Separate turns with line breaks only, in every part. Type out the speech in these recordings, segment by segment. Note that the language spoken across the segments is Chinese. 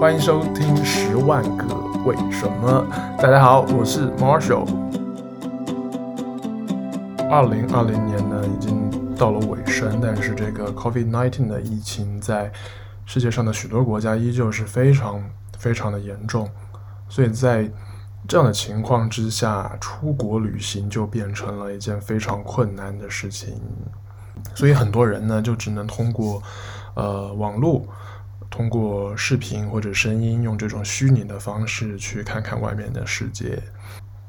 欢迎收听《十万个为什么》。大家好，我是 Marshall。二零二零年呢，已经到了尾声，但是这个 COVID-19 的疫情在世界上的许多国家依旧是非常非常的严重，所以在这样的情况之下，出国旅行就变成了一件非常困难的事情。所以很多人呢，就只能通过呃网络，通过视频或者声音，用这种虚拟的方式去看看外面的世界。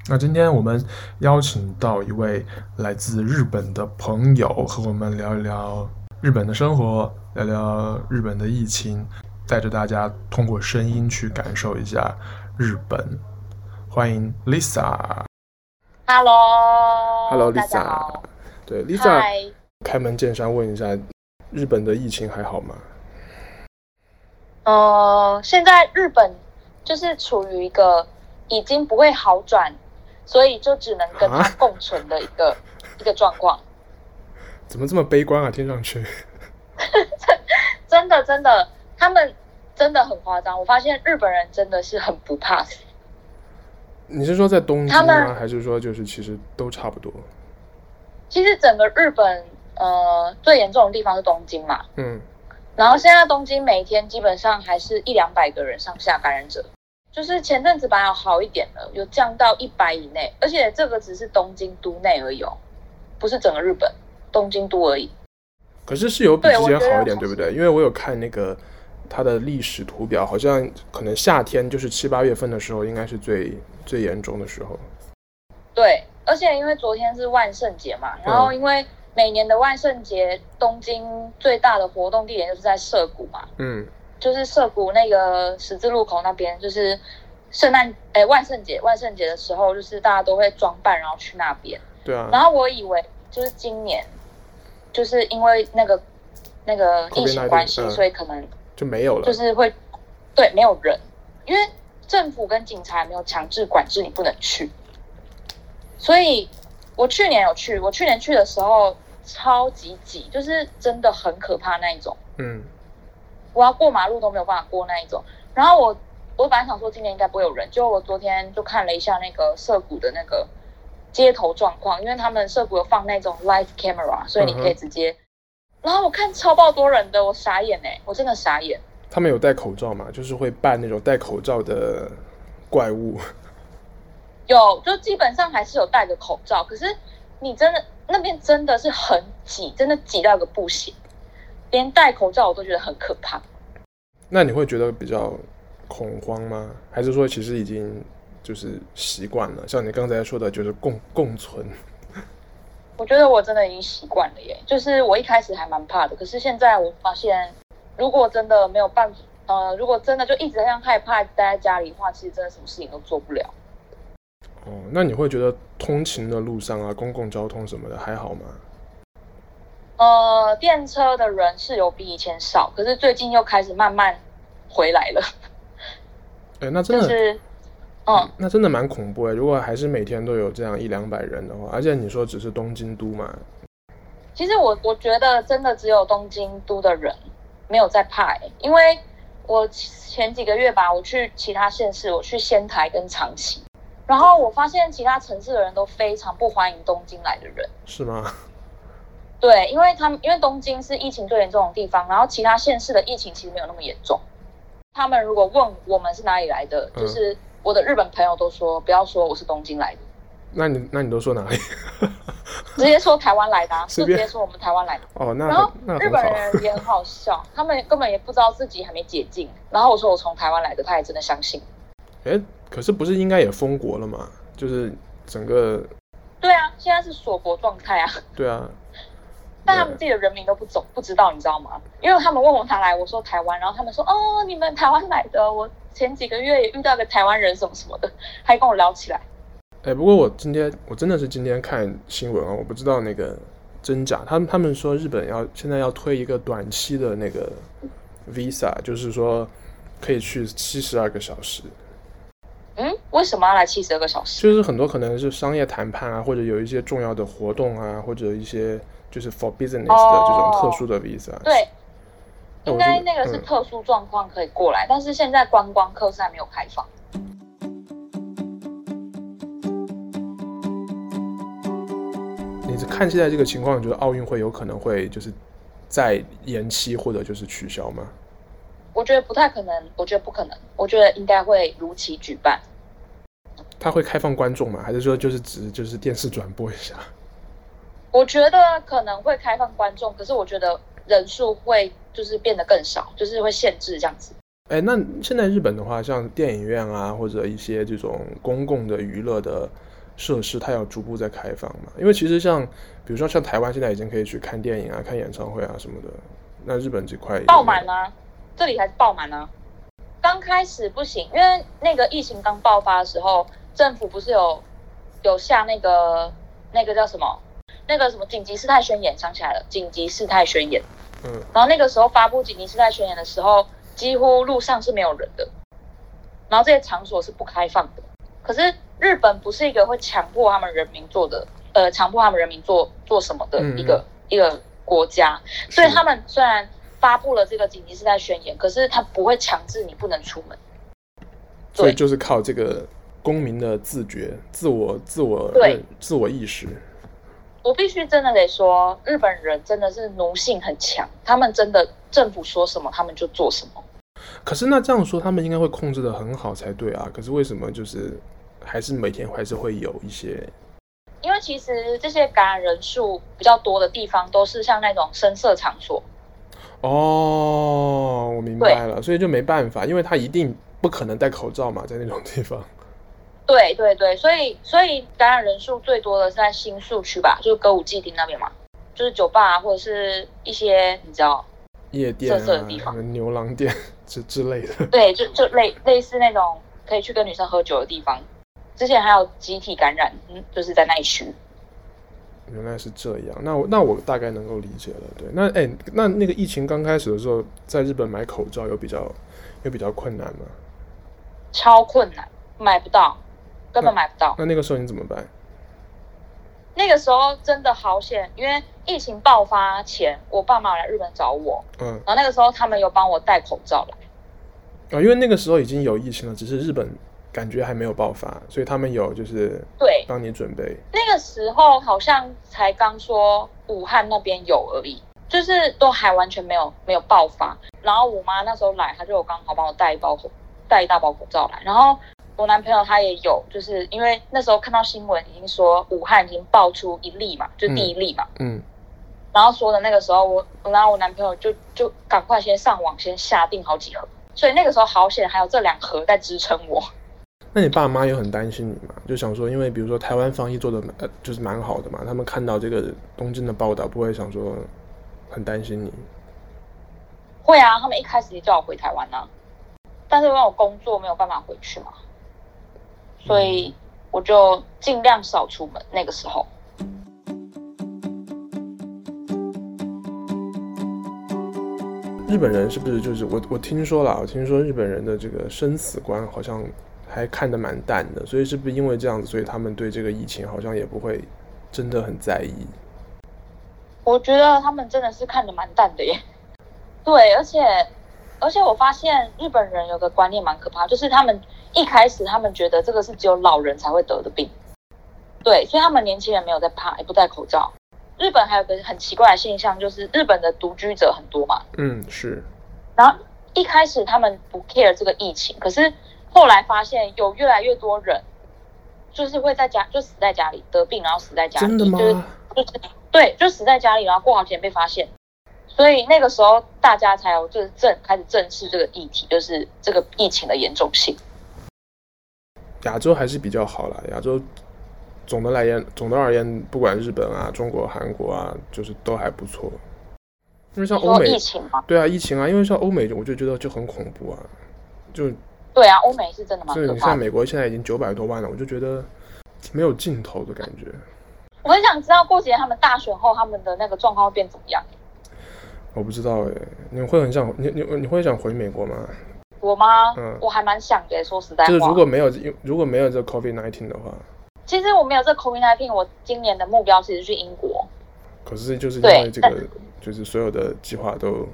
那今天我们邀请到一位来自日本的朋友，和我们聊一聊日本的生活，聊聊日本的疫情，带着大家通过声音去感受一下日本。欢迎 Lisa。
Hello。大家
Hello，Lisa
好。。
对
Lisa。
，Lisa 开门见山问一下，日本的疫情还好吗？
呃，现在日本就是处于一个已经不会好转，所以就只能跟它
啊
共存的一个、 一个状况。
怎么这么悲观啊？听上去，
真的真的，他们真的很夸张。我发现日本人真的是很不怕死。
你是说在东京
他
吗？
们
还是说就是其实都差不多？
其实整个日本呃最严重的地方是东京嘛，
嗯，
然后现在东京每天基本上还是一两百个人上下感染者，就是前阵子本来有好一点了，有降到一百以内，而且这个只是东京都内而已、哦，不是整个日本东京都而已。
可是是有比
对
之
我
前
觉得
好一点，
好
对不对？因为我有看那个它的历史图表，好像可能夏天就是七八月份的时候，应该是最最严重的时候。
对，而且因为昨天是万圣节嘛，然后因为每年的万圣节，东京最大的活动地点就是在涩谷嘛，
嗯
就是涩谷那个十字路口那边，就是圣诞诶、万圣节万圣节的时候，就是大家都会装扮然后去那边。
对啊
然后我以为就是今年，就是因为那个那个疫情关系，
COVID-19 嗯
所以可能
就没有了。
就是会对没有人，因为政府跟警察没有强制管制你不能去，所以我去年有去，我去年去的时候超级挤，就是真的很可怕那一种，
嗯
我要过马路都没有办法过那一种。然后我我本来想说今年应该不会有人，结果我昨天就看了一下那个涩谷的那个街头状况，因为他们涩谷有放那种 live camera，所以你可以直接。然后我看超爆多人的，我傻眼哎、我真的傻眼。
他们有戴口罩嘛？就是会扮那种戴口罩的怪物。
有，就基本上还是有戴着口罩，可是你真的那边真的是很挤，真的挤到一个不行，连戴口罩我都觉得很可怕。
那你会觉得比较恐慌吗？还是说其实已经就是习惯了？像你刚才说的，就是共共存。
我觉得我真的已经习惯了耶，就是我一开始还蛮怕的，可是现在我发现，如果真的没有办法，呃，如果真的就一直这样害怕待在家里的话，其实真的什么事情都做不了。
哦，那你会觉得通勤的路上啊，公共交通什么的还好吗？
呃，电车的人是有比以前少，可是最近又开始慢慢回来了，
哎，那真
就
的，
是，嗯，
那真的蛮恐怖哎。如果还是每天都有这样一两百人的话，而且你说只是东京都嘛，
其实我我觉得真的只有东京都的人没有在怕、欸，因为我前几个月吧，我去其他县市，我去仙台跟长崎，然后我发现其他城市的人都非常不欢迎东京来的人。
是吗？
对，因为他们因为东京是疫情最严重的地方，然后其他县市的疫情其实没有那么严重。他们如果问我们是哪里来的，
嗯
就是我的日本朋友都说不要说我是东京来的，
那你那你都说哪里？
直接说台湾来的、啊，
随
就
便
直接说我们台湾来的。
哦，那
然后
很那
日
很
本
好。
人也很好笑，他们根本也不知道自己还没解禁。然后我说我从台湾来的，他也真的相信。
哎，可是不是应该也封国了吗？就是整个，
对啊，现在是锁国状态啊，
对啊，
但他们自己的人民都不走，不知道，你知道吗？因为他们问我哪来，我说台湾，然后他们说哦，你们台湾来的，我前几个月也遇到个台湾人什么什么的，还跟我聊起来。
哎，不过我今天我真的是今天看新闻啊，我不知道那个真假。他们他们说日本要现在要推一个短期的那个 visa，就是说可以去七十二个小时，
嗯，为什么要来七十二个小时？
就是很多可能是商业谈判啊，或者有一些重要的活动啊，或者一些就是 for business 的这种
哦
特殊的 visa。
对，应该那个是特殊状况可以过来，但是现在观光客是还没有开放。
你看现在这个情况，你觉得奥运会有可能会就是再延期或者就是取消吗？
我觉得不太可能，我觉得不可能，我觉得应该会如期举办。
他会开放观众吗？还是说就是只就是电视转播一下？
我觉得可能会开放观众，可是我觉得人数会就是变得更少，就是会限制这样子。
哎，那现在日本的话，像电影院啊，或者一些这种公共的娱乐的设施，它要逐步在开放嘛？因为其实像比如说像台湾现在已经可以去看电影啊、看演唱会啊什么的，那日本这块
爆满啊，这里还是爆满啊。刚开始不行，因为那个疫情刚爆发的时候。政府不是有有下那个那个叫什么那个什么紧急事态宣言，想起来了，紧急事态宣言。
嗯，
然后那个时候发布紧急事态宣言的时候，几乎路上是没有人的，然后这些场所是不开放的。可是日本不是一个会强迫他们人民做的，呃，强迫他们人民做做什么的一个、
嗯
一个国家，所以他们虽然发布了这个紧急事态宣言，可是他不会强制你不能出门。
所以就是靠这个公民的自觉、自我、自我
对
自我意识。
我必须真的得说，日本人真的是奴性很强，他们真的政府说什么他们就做什么。
可是那这样说，他们应该会控制的很好才对啊。可是为什么就是还是每天还是会有一些
因为其实这些感染人数比较多的地方，都是像那种深色场所，
哦，我明白了，所以就没办法，因为他一定不可能戴口罩嘛，在那种地方。
对对对，所以所以感染人数最多的是在新宿区吧，就是歌舞伎町那边嘛，就是酒吧、啊、或者是一些你知道，
夜店
色色的
啊
地，方
什么牛郎店之之类的，
对，就就类类似那种可以去跟女生喝酒的地方。之前还有集体感染，嗯，就是在那一区。
原来是这样。那我那我大概能够理解了。对，那哎，那那个疫情刚开始的时候，在日本买口罩有比较有比较困难吗？
超困难，买不到，根本买不到。
那那个时候你怎么办？
那个时候真的好险，因为疫情爆发前，我爸妈来日本找我，
嗯
然后那个时候他们有帮我戴口罩来。
啊、因为那个时候已经有疫情了，只是日本感觉还没有爆发，所以他们有就是
对，
帮你准备。
那个时候好像才刚说武汉那边有而已，就是都还完全没有没有爆发。然后我妈那时候来，她就有刚好帮我带一包口带一大包口罩来。然后我男朋友他也有，就是因为那时候看到新闻已经说武汉已经爆出一例嘛，就第一例嘛，
嗯，
然后说的那个时候，我然后我男朋友就就赶快先上网先下定好几盒，所以那个时候好险还有这两盒在支撑我。
那你爸妈有很担心你吗？就想说，因为比如说台湾防疫做的呃就是蛮好的嘛，他们看到这个东京的报道，不会想说很担心你。
会啊，他们一开始也叫我回台湾呢、啊但是因为我工作没有办法回去嘛，所以我就尽量少出门。那个时候，
日本人是不是就是我我听说了，我听说日本人的这个生死观好像还看得蛮淡的，所以是不是因为这样子，所以他们对这个疫情好像也不会真的很在意？
我觉得他们真的是看得蛮淡的耶。 对，而且而且我发现日本人有个观念蛮可怕，就是他们一开始他们觉得这个是只有老人才会得的病，对，所以他们年轻人没有在怕，也不戴口罩。日本还有个很奇怪的现象，就是日本的独居者很多嘛，
嗯，是，
然后一开始他们不 care 这个疫情，可是后来发现有越来越多人就是会在家就死在家里得病，然后死在家里，
真的吗？
就是就是对，就死在家里，然后过好几天被发现，所以那个时候大家才有就是正开始正视这个议题，就是这个疫情的严重性。
亚洲还是比较好啦，亚洲总的来言，总的而言，不管日本啊、中国、韩国啊，就是都还不错。因为像欧
说
美
哦疫，情嘛，
对啊，疫情啊，因为像欧美，我就觉得就很恐怖啊。就
对啊，欧美是真的蛮
就
可
你
怕
像
的。
美国现在已经九百多万了，我就觉得没有尽头的感觉。
我很想知道过几天他们大选后他们的那个状况会变怎么样。
我不知道哎、你会很想你你你会想回美国吗？
我妈，
嗯
我还蛮想的，说实在
就是如
话。
果没有如果没有这 COVID nineteen 的话，
其实我没有这 COVID 1 9我今年的目标其实是去英国。
可是就是因
对
为这
但
个就是所有的计划都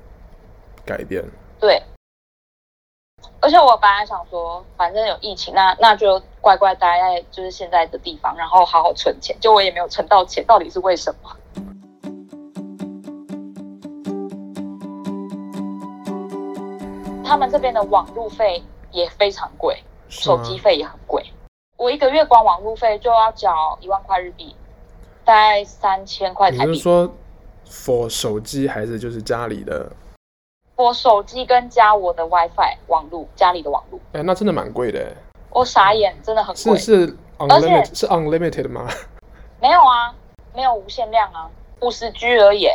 改变。
对，而且我本来想说，反正有疫情，那那就乖乖待在就是现在的地方，然后好好存钱。就我也没有存到钱，到底是为什么？他们这边的网路费也非常贵，
是
手
吗
机费也很贵。我一个月光网路费就要缴一万块日币，大概三千块
你
台
是
币。
说 for 手机还是就是家里的？
我手机跟加我的 WiFi 网路，家里的网路，
哎，那真的蛮贵的诶，
我傻眼，真的很
是
贵。
是
而且
unlimited 是 unlimited 吗？
没有啊，没有无限量啊，五十 G 而已，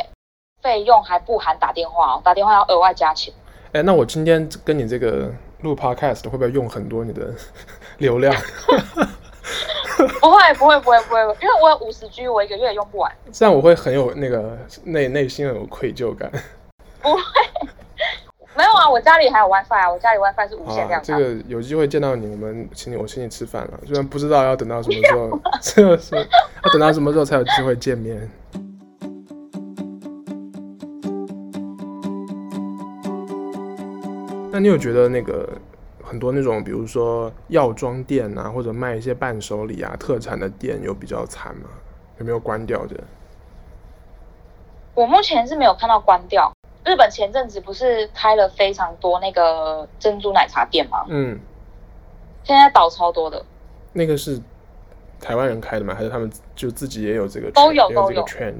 费用还不含打电话哦，打电话要额外加钱。
哎，那我今天跟你这个录 podcast 会不会用很多你的 流量？
不会，不会，不会，不会，因为我有五十 G，我一个月也用不完。
这样我会很有那个内内心很有愧疚感。
没有啊，我家里还有 WiFi 啊，我家里 WiFi 是无
好
限
啊，
量
这
的。
个有机会见到你，我们请你我请你吃饭了。虽然不知道要等到什么时候， 这是要等到什么时候才有机会见面。那你有觉得那个很多那种，比如说药妆店啊，或者卖一些伴手礼啊、特产的店，有比较惨吗？有没有关掉的？
我目前是没有看到关掉。日本前阵子不是开了非常多那个珍珠奶茶店吗？
嗯，
现在倒超多的。
那个是台湾人开的吗？还是他们就自己也有这个
都
trend-
有
也有这
都
个
有
trend？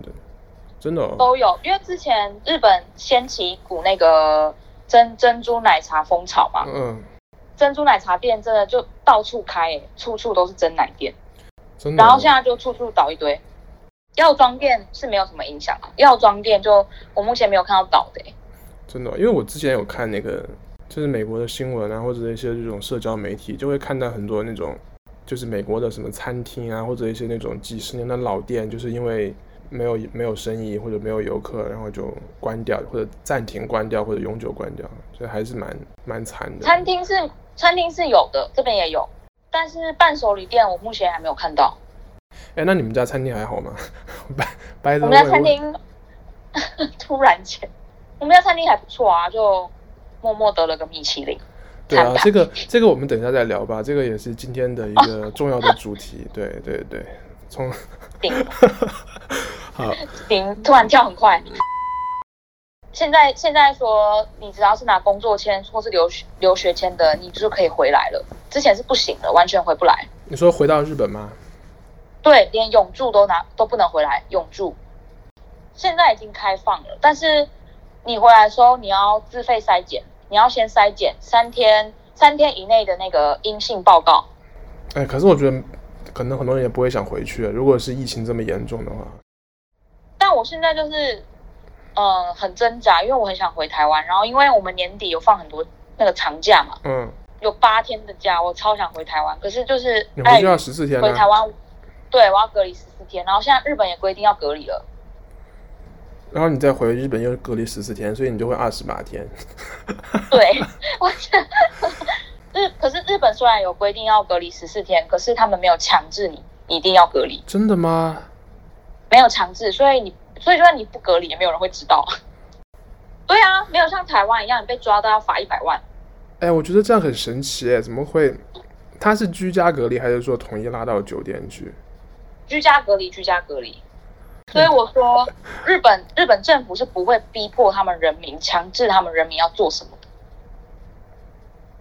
真的、哦、
都有，因为之前日本掀起一股那个珍珍珠奶茶风潮嘛，
嗯，
珍珠奶茶店真的就到处开、欸，处处都是真奶店，
真的哦。
然后现在就处处倒一堆。药妆店是没有什么影响啊，药妆店就我目前没有看到倒的、欸。
真的哦，因为我之前有看那个，就是美国的新闻啊，或者一些这种社交媒体，就会看到很多那种，就是美国的什么餐厅啊，或者一些那种几十年的老店，就是因为没有没有生意或者没有游客，然后就关掉，或者暂停关掉，或者永久关掉，所以还是蛮蛮惨的。
餐厅是餐厅是有的，这边也有，但是伴手礼店我目前还没有看到。
哎，那你们家餐厅还好吗？ 白白
我
的
们家餐厅 突然间，我们家餐厅还不错啊，就默默得了个米其林。
对啊
惨，吧
这个这个我们等一下再聊吧，这个也是今天的一个重要的主题。对对对，从
顶
好
顶突然跳很快。现在现在说，你只要是拿工作签或是留学留学签的，你就可以回来了。之前是不行的，完全回不来。
你说回到日本吗？
对，连永住都拿都不能回来，永住现在已经开放了，但是你回来的时候你要自费筛检，你要先筛检三天三天以内的那个阴性报告。
哎，可是我觉得，可能很多人也不会想回去。如果是疫情这么严重的话，
但我现在就是，呃，很挣扎，因为我很想回台湾，然后因为我们年底有放很多那个长假嘛，
嗯，
有八天的假，我超想回台湾，可是就是
你回
碍
去
于
要十啊四天呢、
哎回台湾，对，我要隔离十四天，然后现在日本也规定要隔离了，
然后你再回日本又隔离十四天，所以你就会二十八天。
对，我觉得日可是日本虽然有规定要隔离十四天，可是他们没有强制你一定要隔离，
真的吗？
没有强制，所以你所以就算你不隔离，也没有人会知道。 对啊，没有像台湾一样，你被抓到要罚一百万。
哎，我觉得这样很神奇哎，怎么会？他是居家隔离还是说统一拉到酒店去？
居家隔离，居家隔离。所以我说，日本日本政府是不会逼迫他们人民、强制他们人民要做什么的，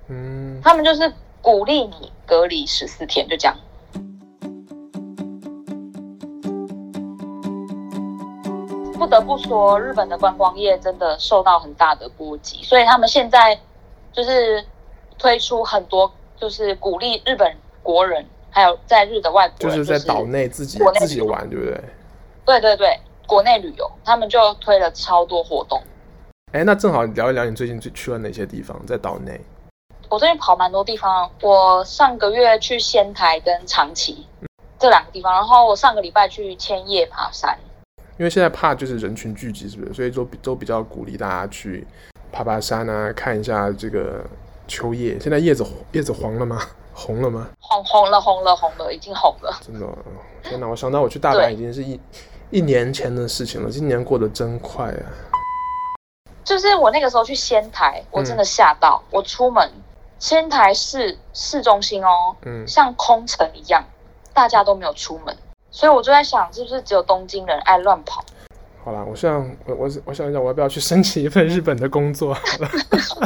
嗯，
他们就是鼓励你隔离十四天，就这样。不得不说，日本的观光业真的受到很大的波及，所以他们现在就是推出很多，就是鼓励日本国人还有在日的外国
就
人，
是在岛内自己
国内
自己玩，对不对？
对对对，国内旅游，他们就推了超多活动。
哎，那正好聊一聊你最近去去了哪些地方，在岛内。
我最近跑蛮多地方，我上个月去仙台跟长崎这两个地方，然后我上个礼拜去千叶爬山。
因为现在怕就是人群聚集，是不是？所以都比都比较鼓励大家去爬爬山啊，看一下这个秋叶。现在叶子叶子黄了吗？ 红了吗？
红红了，红了，红了，已经红了。
真的哦，天哪！我想到我去大阪
对
已经是一一年前的事情了，今年过得真快啊！
就是我那个时候去仙台，我真的吓到，我出门仙台市市中心哦，
嗯
像空城一样，大家都没有出门，所以我就在想，是不是只有东京人爱乱跑？
好啦，我想我我我想一想，我要不要去申请一份日本的工作？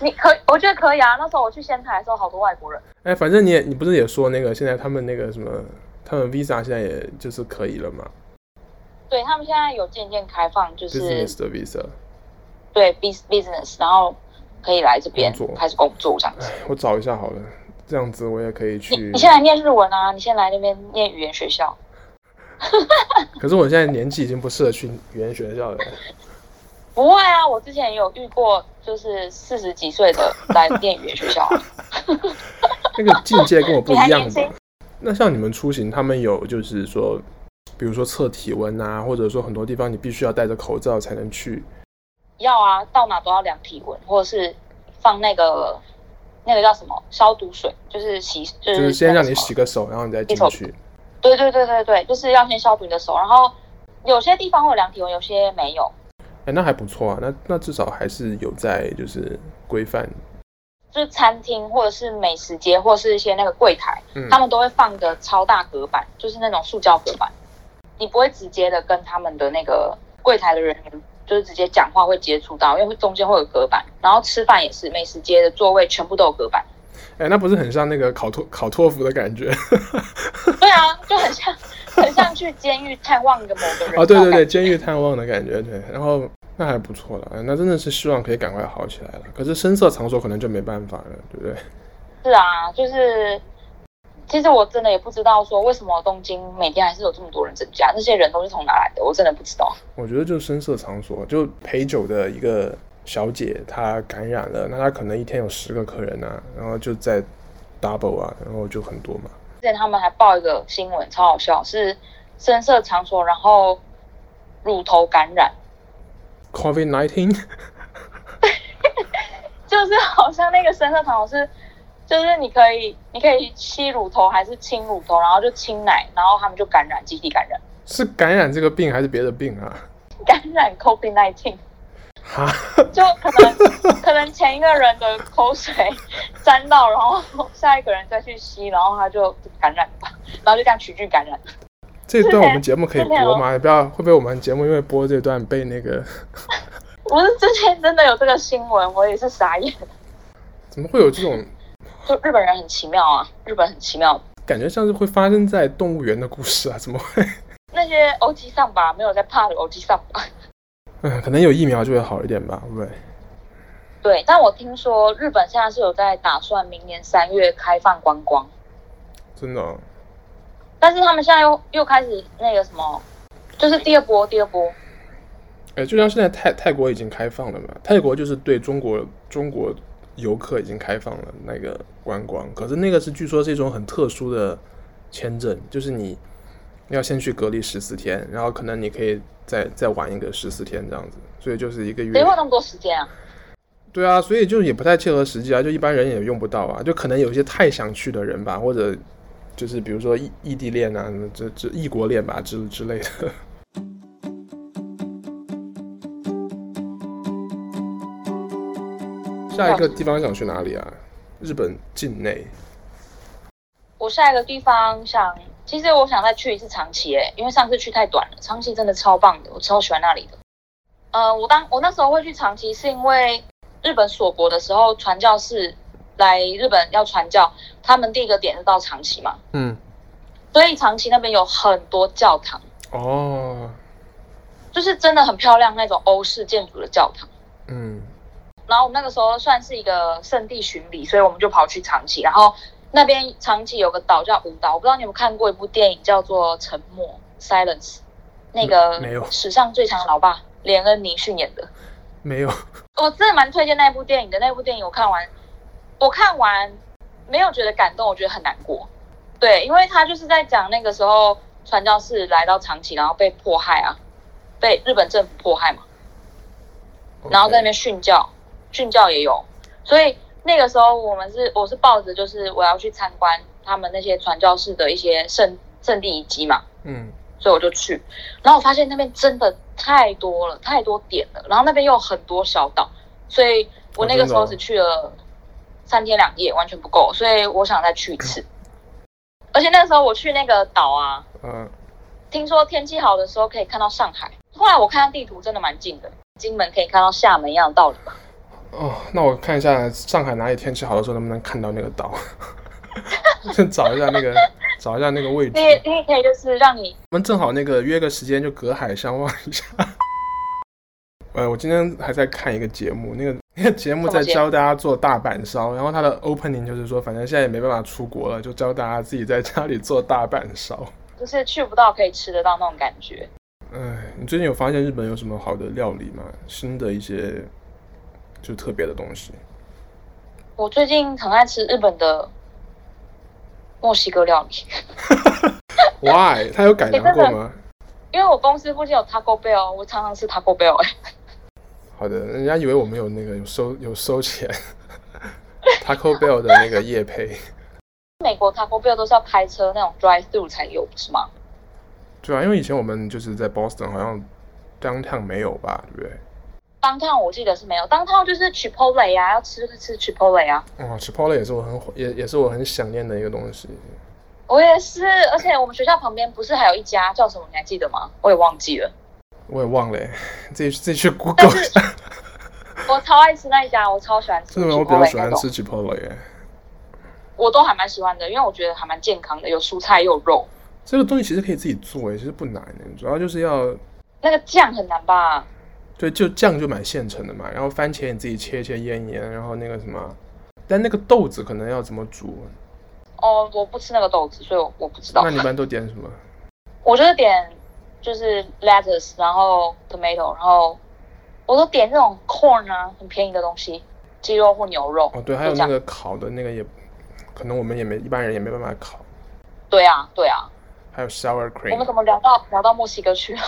你可我觉得可以啊，那时候我去仙台的时候，好多外国人。
哎，反正你也你不是也说那个现在他们那个什么，他们 Visa 现在也就是可以了嘛
对他们现在有渐渐开放，就是
，Business 的 Visa。
对 bus- business，然后可以来这边
工作
开始工作这样子。
哎，我找一下好了，这样子我也可以
你
去
你。现在念日文啊，你先来那边念语言学校。
可是我现在年纪已经不适合去语言学校了。
不会啊，我之前也有遇过，就是四十几岁的来念语言学校啊、
那个境界跟我不一样
你还年
吧
轻？
那像你们出行，他们有就是说，比如说测体温啊，或者说很多地方你必须要戴着口罩才能去。
要啊，到哪都要量体温，或者是放那个那个叫什么消毒水，就是洗，就
就是
是
先让你
那个什
洗
么。
个手，然后你再进去。
对对对对对，就是要先消毒你的手，然后有些地方会有量体温，有些没有。
哎，那还不错啊，那那至少还是有在就是规范。
就是餐厅或者是美食街，或者是一些那个柜台，
嗯
他们都会放个超大隔板，就是那种塑胶隔板，你不会直接的跟他们的那个柜台的人员就是直接讲话会接触到，因为会中间会有隔板，然后吃饭也是美食街的座位全部都有隔板，
哎，那不是很像那个考托考托福的感 觉
对啊，就很像很像去监狱探望的某个人
啊？对对
那种感
对，
觉
监狱探望的感觉，对。然后那还不错了，哎那真的是希望可以赶快好起来了。可是深色场所可能就没办法了，对不对？
是啊，就是其实我真的也不知道说为什么东京每天还是有这么多人增加，那些人都是从哪来的，我真的不知道。
我觉得就是深色场所，就陪酒的一个小姐，她感染了，那她可能一天有十个客人啊，然后就在 double 啊，然后就很多嘛。
之前他们还报一个新闻，超好笑，是深色场所，然后乳头感染，
COVID nineteen，
就是好像那个深色场所是，就是你可以你可以吸乳头还是亲乳头，然后就亲奶，然后他们就感染，集体感染，
是感染这个病还是别的病啊？
感染 COVID nineteen，
哈，
就可能可能前一个人的口水沾到，然后 下一个人再去吸，然后他就感染吧，然后就这样群聚感染。
这段我们节目可以播吗？不要，会不会我们节目因为播这段被那个？
我是之前真的有这个新闻，我也是傻眼，
怎么会有这种
就日本人很奇妙啊，日本很奇妙。
感觉像是会发生在动物园的故事啊？怎么会？
那些欧基上吧，没有在怕的欧基上吧。
嗯，可能有疫苗就会好一点吧，会不会？
对，但我听说日本现在是有在打算明年三月开放观光，
真的哦、
但是他们现在又又开始那个什么，就是第二波，第二波。
呃，就像现在泰泰国已经开放了嘛，泰国就是对中国中国游客已经开放了那个观光，可是那个是据说是一种很特殊的签证，就是你要先去隔离十四天，然后可能你可以再再玩一个十四天这样子，所以就是一个月
谁。会有那么多时间啊？
对啊，所以就也不太切合实际啊，就一般人也用不到啊，就可能有一些太想去的人吧，或者就是比如说异异地恋啊，这这异国恋吧之之类的。 下一个地方想去哪里啊？日本境内，
我下一个地方想，其实我想再去一次长崎、欸，因为上次去太短了。长崎真的超棒的，我超喜欢那里的。呃，我当我那时候会去长崎，是因为日本锁国的时候，传教士来日本要传教，他们第一个点是到长崎嘛，
嗯，
所以长崎那边有很多教堂，
哦，
就是真的很漂亮那种欧式建筑的教堂。
嗯，
然后我们那个时候算是一个圣地巡礼，所以我们就跑去长崎。然后那边长崎有个岛叫五岛，我不知道你有没有看过一部电影叫做《沉默 》，那个
嗯没有
史上最强老爸连恩·尼逊演的。
没有，
我真的蛮推荐那部电影的。那部电影我看完，我看完没有觉得感动，我觉得很难过。对，因为他就是在讲那个时候传教士来到长崎，然后被迫害啊，被日本政府迫害嘛，然后在那边殉教，殉教也有。所以那个时候我们是我是抱着就是我要去参观他们那些传教士的一些圣圣地遗迹嘛，
嗯
所以我就去，然后我发现那边真的太多了，太多点了，然后那边又有很多小岛，所以我那个时候只去了三天两夜，完全不够，所以我想再去一次。而且那个时候我去那个岛啊，
嗯，
听说天气好的时候可以看到上海，后来我看地图真的蛮近的，金门可以看到厦门一样的道理吧。
哦，那我看一下上海哪里天气好的时候能不能看到那个岛， 先找一下 那个找一下那个位置
你。也你也可以就是让你
我们正好那个约个时间就隔海相望一下。 呃，我今天还在看一个节目，那个那个节目在
什么节目
教大家做大阪烧，然后它的 opening 就是说，反正现在也没办法出国了，就教大家自己在家里做大阪烧。
就是去不到可以吃得到那种感觉。
哎，你最近有发现日本有什么好的料理吗？新的一些就特别的东西。
我最近很爱吃日本的墨西哥料理，
Why？它有改良过吗？
因为我公司附近有 Taco Bell，我常常吃 Taco Bell、哎，
好的，人家以为我们有那个有收有收钱 ，Taco Bell 的那个夜配，
美国 Taco Bell 都是要开车那种 drive through 才有，不是吗？
对啊，因为以前我们就是在 Boston 好像 downtown 没有吧，对不对？
当趟我记得是没有，当趟就是 Chipotle 啊，要吃就吃 Chipotle 啊。
哇，Chipotle 也是我很也也是我很想念的一个东西。
我也是，而且我们学校旁边不是还有一家叫什么？你还记得吗？我也忘记了。
我也忘了欸， 自己自己去 Google 一下。
我超爱吃那一家，我超喜欢吃
真的吗，我比较
Chipotle
喜
那
欢
种，
吃 Chipotle 欸
我都还蛮喜欢的，因为我觉得还蛮健康的，有蔬菜又有肉。
这个东西其实可以自己做哎，其实不难欸主要就是要
那个酱很难吧？
对，就酱就买现成的嘛，然后番茄你自己切一切腌一腌，然后那个什么，但那个豆子可能要怎么煮？
哦，我不吃那个豆子，所以我我不知道
那。你一般都点什么？
我就是点就是 lettuce，然后 tomato，然后我都点这种 corn 啊，很便宜的东西，鸡肉或牛肉。
哦，对，还有那个烤的那个也，可能我们也没一般人也没办法烤，
对啊，对啊。
还有 sour
我们
cream。
怎么聊到聊到墨西哥去了？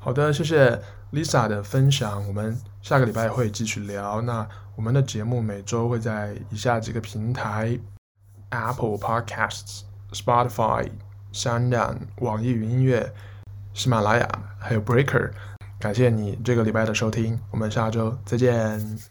好的，谢谢 Lisa 的分享，我们下个礼拜会继续聊。那我们的节目每周会在以下几个平台：Apple Podcasts、Spotify、Sound、网易云音乐、喜马拉雅，还有 Breaker。感谢你这个礼拜的收听，我们下周再见。